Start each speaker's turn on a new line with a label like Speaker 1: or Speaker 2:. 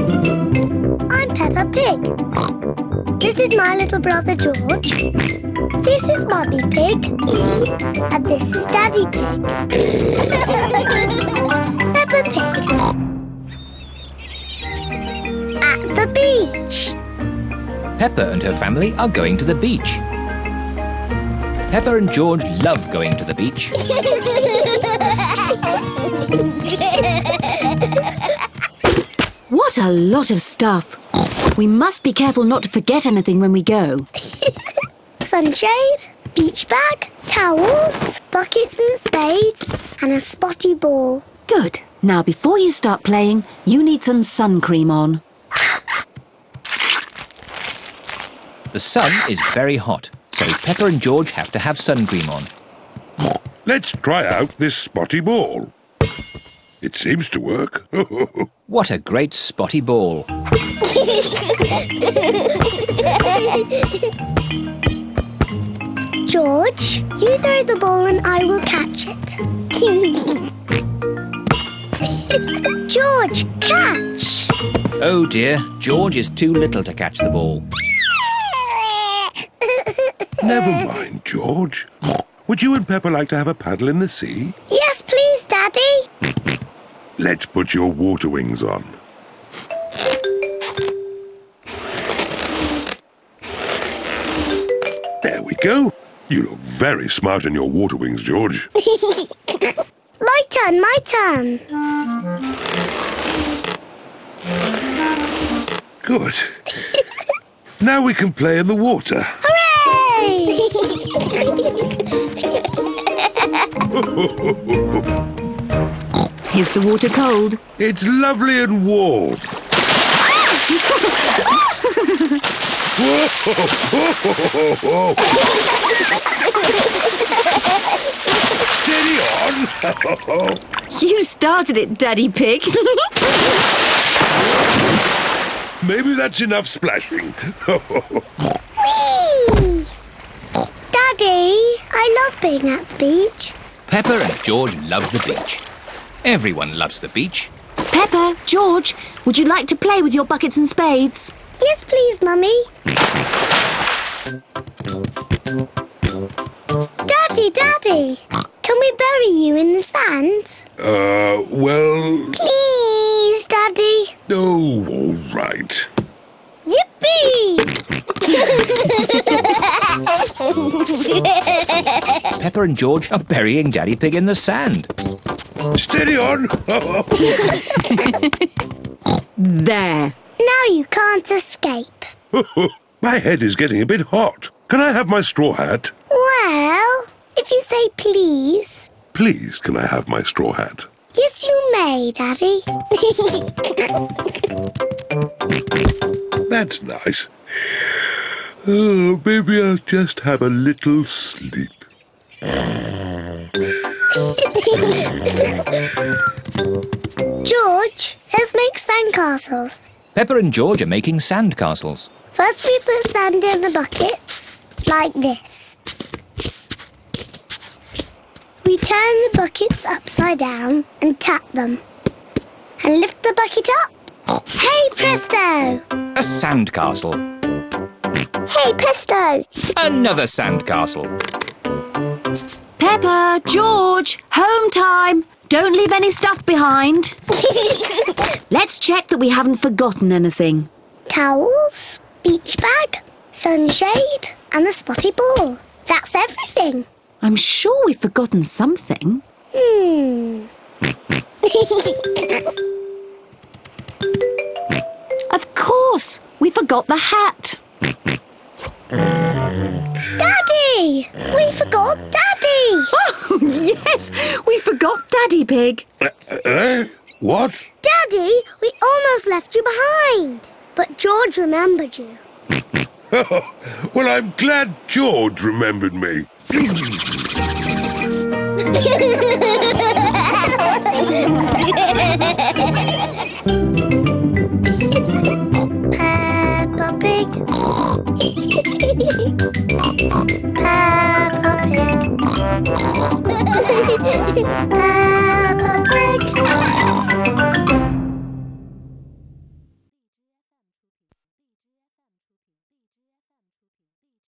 Speaker 1: I'm Peppa Pig. This is my little brother George. This is Mummy Pig. And this is Daddy Pig. Peppa Pig. At the beach.
Speaker 2: Peppa and her family are going to the beach. Peppa and George love going to the beach.
Speaker 3: What a lot of stuff. We must be careful not to forget anything when we go.
Speaker 1: Sunshade, beach bag, towels, buckets and spades, and a spotty ball.
Speaker 3: Good. Now, before you start playing, you need some sun cream on.
Speaker 2: The sun is very hot, so Peppa and George have to have sun cream on.
Speaker 4: Let's try out this spotty ball. It seems to work.
Speaker 2: What a great spotty ball!
Speaker 1: George, you throw the ball and I will catch it. George, catch!
Speaker 2: Oh dear, George is too little to catch the ball.
Speaker 4: Never mind, George. Would you and Pepper like to have a paddle in the sea?
Speaker 1: yes, please, Daddy.
Speaker 4: Let's put your water wings on. There we go. You look very smart in your water wings, George.
Speaker 1: My turn, my turn.
Speaker 4: Good. Now we can play in the water.
Speaker 3: Is the water cold?
Speaker 4: It's lovely and warm. Steady on.
Speaker 3: You started it, Daddy Pig.
Speaker 4: Maybe that's enough splashing. Uh,
Speaker 1: Whee! Daddy, I love being at the beach.
Speaker 2: Peppa and George love the beach. Everyone loves the beach.
Speaker 3: Pepper, George, would you like to play with your buckets and spades?
Speaker 1: Yes, please, Mummy. Daddy, Daddy, can we bury you in the sand?
Speaker 4: uh, well,
Speaker 1: Please, Daddy.
Speaker 4: oh, all right.
Speaker 1: Yippee!
Speaker 2: Peppa and George are burying Daddy Pig in the sand.
Speaker 4: Steady on.
Speaker 3: There.
Speaker 1: now you can't escape.
Speaker 4: my head is getting a bit hot. Can I have my straw hat?
Speaker 1: Well, if you say please.
Speaker 4: Please, can I have my straw hat?
Speaker 1: Yes, you may, Daddy.
Speaker 4: That's nice. Oh, maybe I'll just have a little sleep.
Speaker 1: George, let's make sandcastles.
Speaker 2: Peppa and George are making sand castles.
Speaker 1: First, we put sand in the buckets, like this. We turn the buckets upside down and tap them. And lift the bucket up. Hey, presto!
Speaker 2: A sand castle.
Speaker 1: Hey, presto!
Speaker 2: Another sand castle.
Speaker 3: Pepper, George, home time. Don't leave any stuff behind. Let's check that we haven't forgotten anything.
Speaker 1: Towels, beach bag, sunshade, and the spotty ball. That's everything.
Speaker 3: I'm sure we've forgotten something.
Speaker 1: Hmm.
Speaker 3: Of course, we forgot the hat.
Speaker 1: Daddy! We forgot Daddy!
Speaker 3: Oh, yes, we forgot Daddy Pig.
Speaker 4: Eh? What?
Speaker 1: Daddy, we almost left you behind. But George remembered you.
Speaker 4: Oh, Well, I'm glad George remembered me.
Speaker 1: Peppa